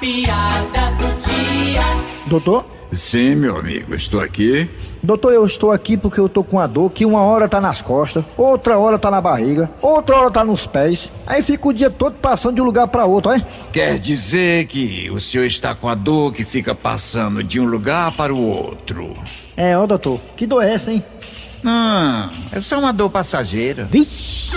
piada do dia. Doutor? Sim, meu amigo, estou aqui. Doutor, eu estou aqui porque eu tô com uma dor que uma hora tá nas costas, outra hora tá na barriga, outra hora tá nos pés. Aí fica o dia todo passando de um lugar para outro, hein? Quer dizer que o senhor está com a dor que fica passando de um lugar para o outro. É, Ah, ó, doutor, que dor é essa, hein? Não, é só uma dor passageira. Vixe!